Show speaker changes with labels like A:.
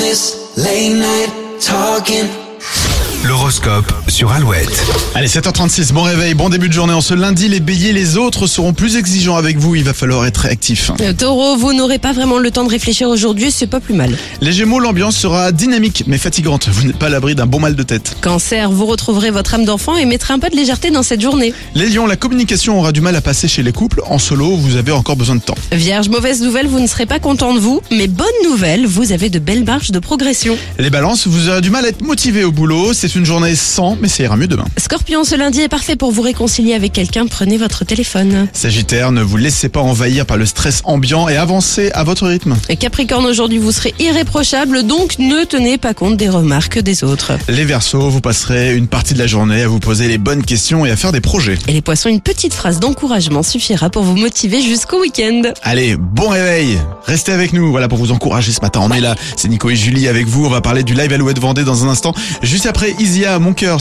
A: this late night talking.
B: L'horoscope sur Alouette.
C: Allez, 7h36, bon réveil, bon début de journée. En ce lundi, les béliers, les autres seront plus exigeants avec vous. Il va falloir être actif.
D: Euh, Taureau, vous n'aurez pas vraiment le temps de réfléchir aujourd'hui, c'est pas plus mal.
C: Les gémeaux, l'ambiance sera dynamique mais fatigante. Vous n'êtes pas à l'abri d'un bon mal de tête.
D: Cancer, vous retrouverez votre âme d'enfant et mettrez un peu de légèreté dans cette journée.
C: Les lions, la communication aura du mal à passer chez les couples. En solo, vous avez encore besoin de temps.
D: Vierge, mauvaise nouvelle, vous ne serez pas content de vous, mais bonne nouvelle, vous avez de belles marges de progression.
C: Les balances, vous aurez du mal à être motivé au boulot. C'est une journée sans, mais ça ira mieux demain.
D: Scorpion, ce lundi est parfait pour vous réconcilier avec quelqu'un, prenez votre téléphone.
C: Sagittaire, ne vous laissez pas envahir par le stress ambiant et avancez à votre rythme.
D: Et Capricorne, aujourd'hui vous serez irréprochable, donc ne tenez pas compte des remarques des autres.
C: Les versos, vous passerez une partie de la journée à vous poser les bonnes questions et à faire des projets.
D: Et les poissons, une petite phrase d'encouragement suffira pour vous motiver jusqu'au week-end.
C: Allez, bon réveil Restez avec nous, voilà, pour vous encourager ce matin. On est là, c'est Nico et Julie avec vous. On va parler du live Alouette Vendée dans un instant. Juste après, Isia, mon cœur.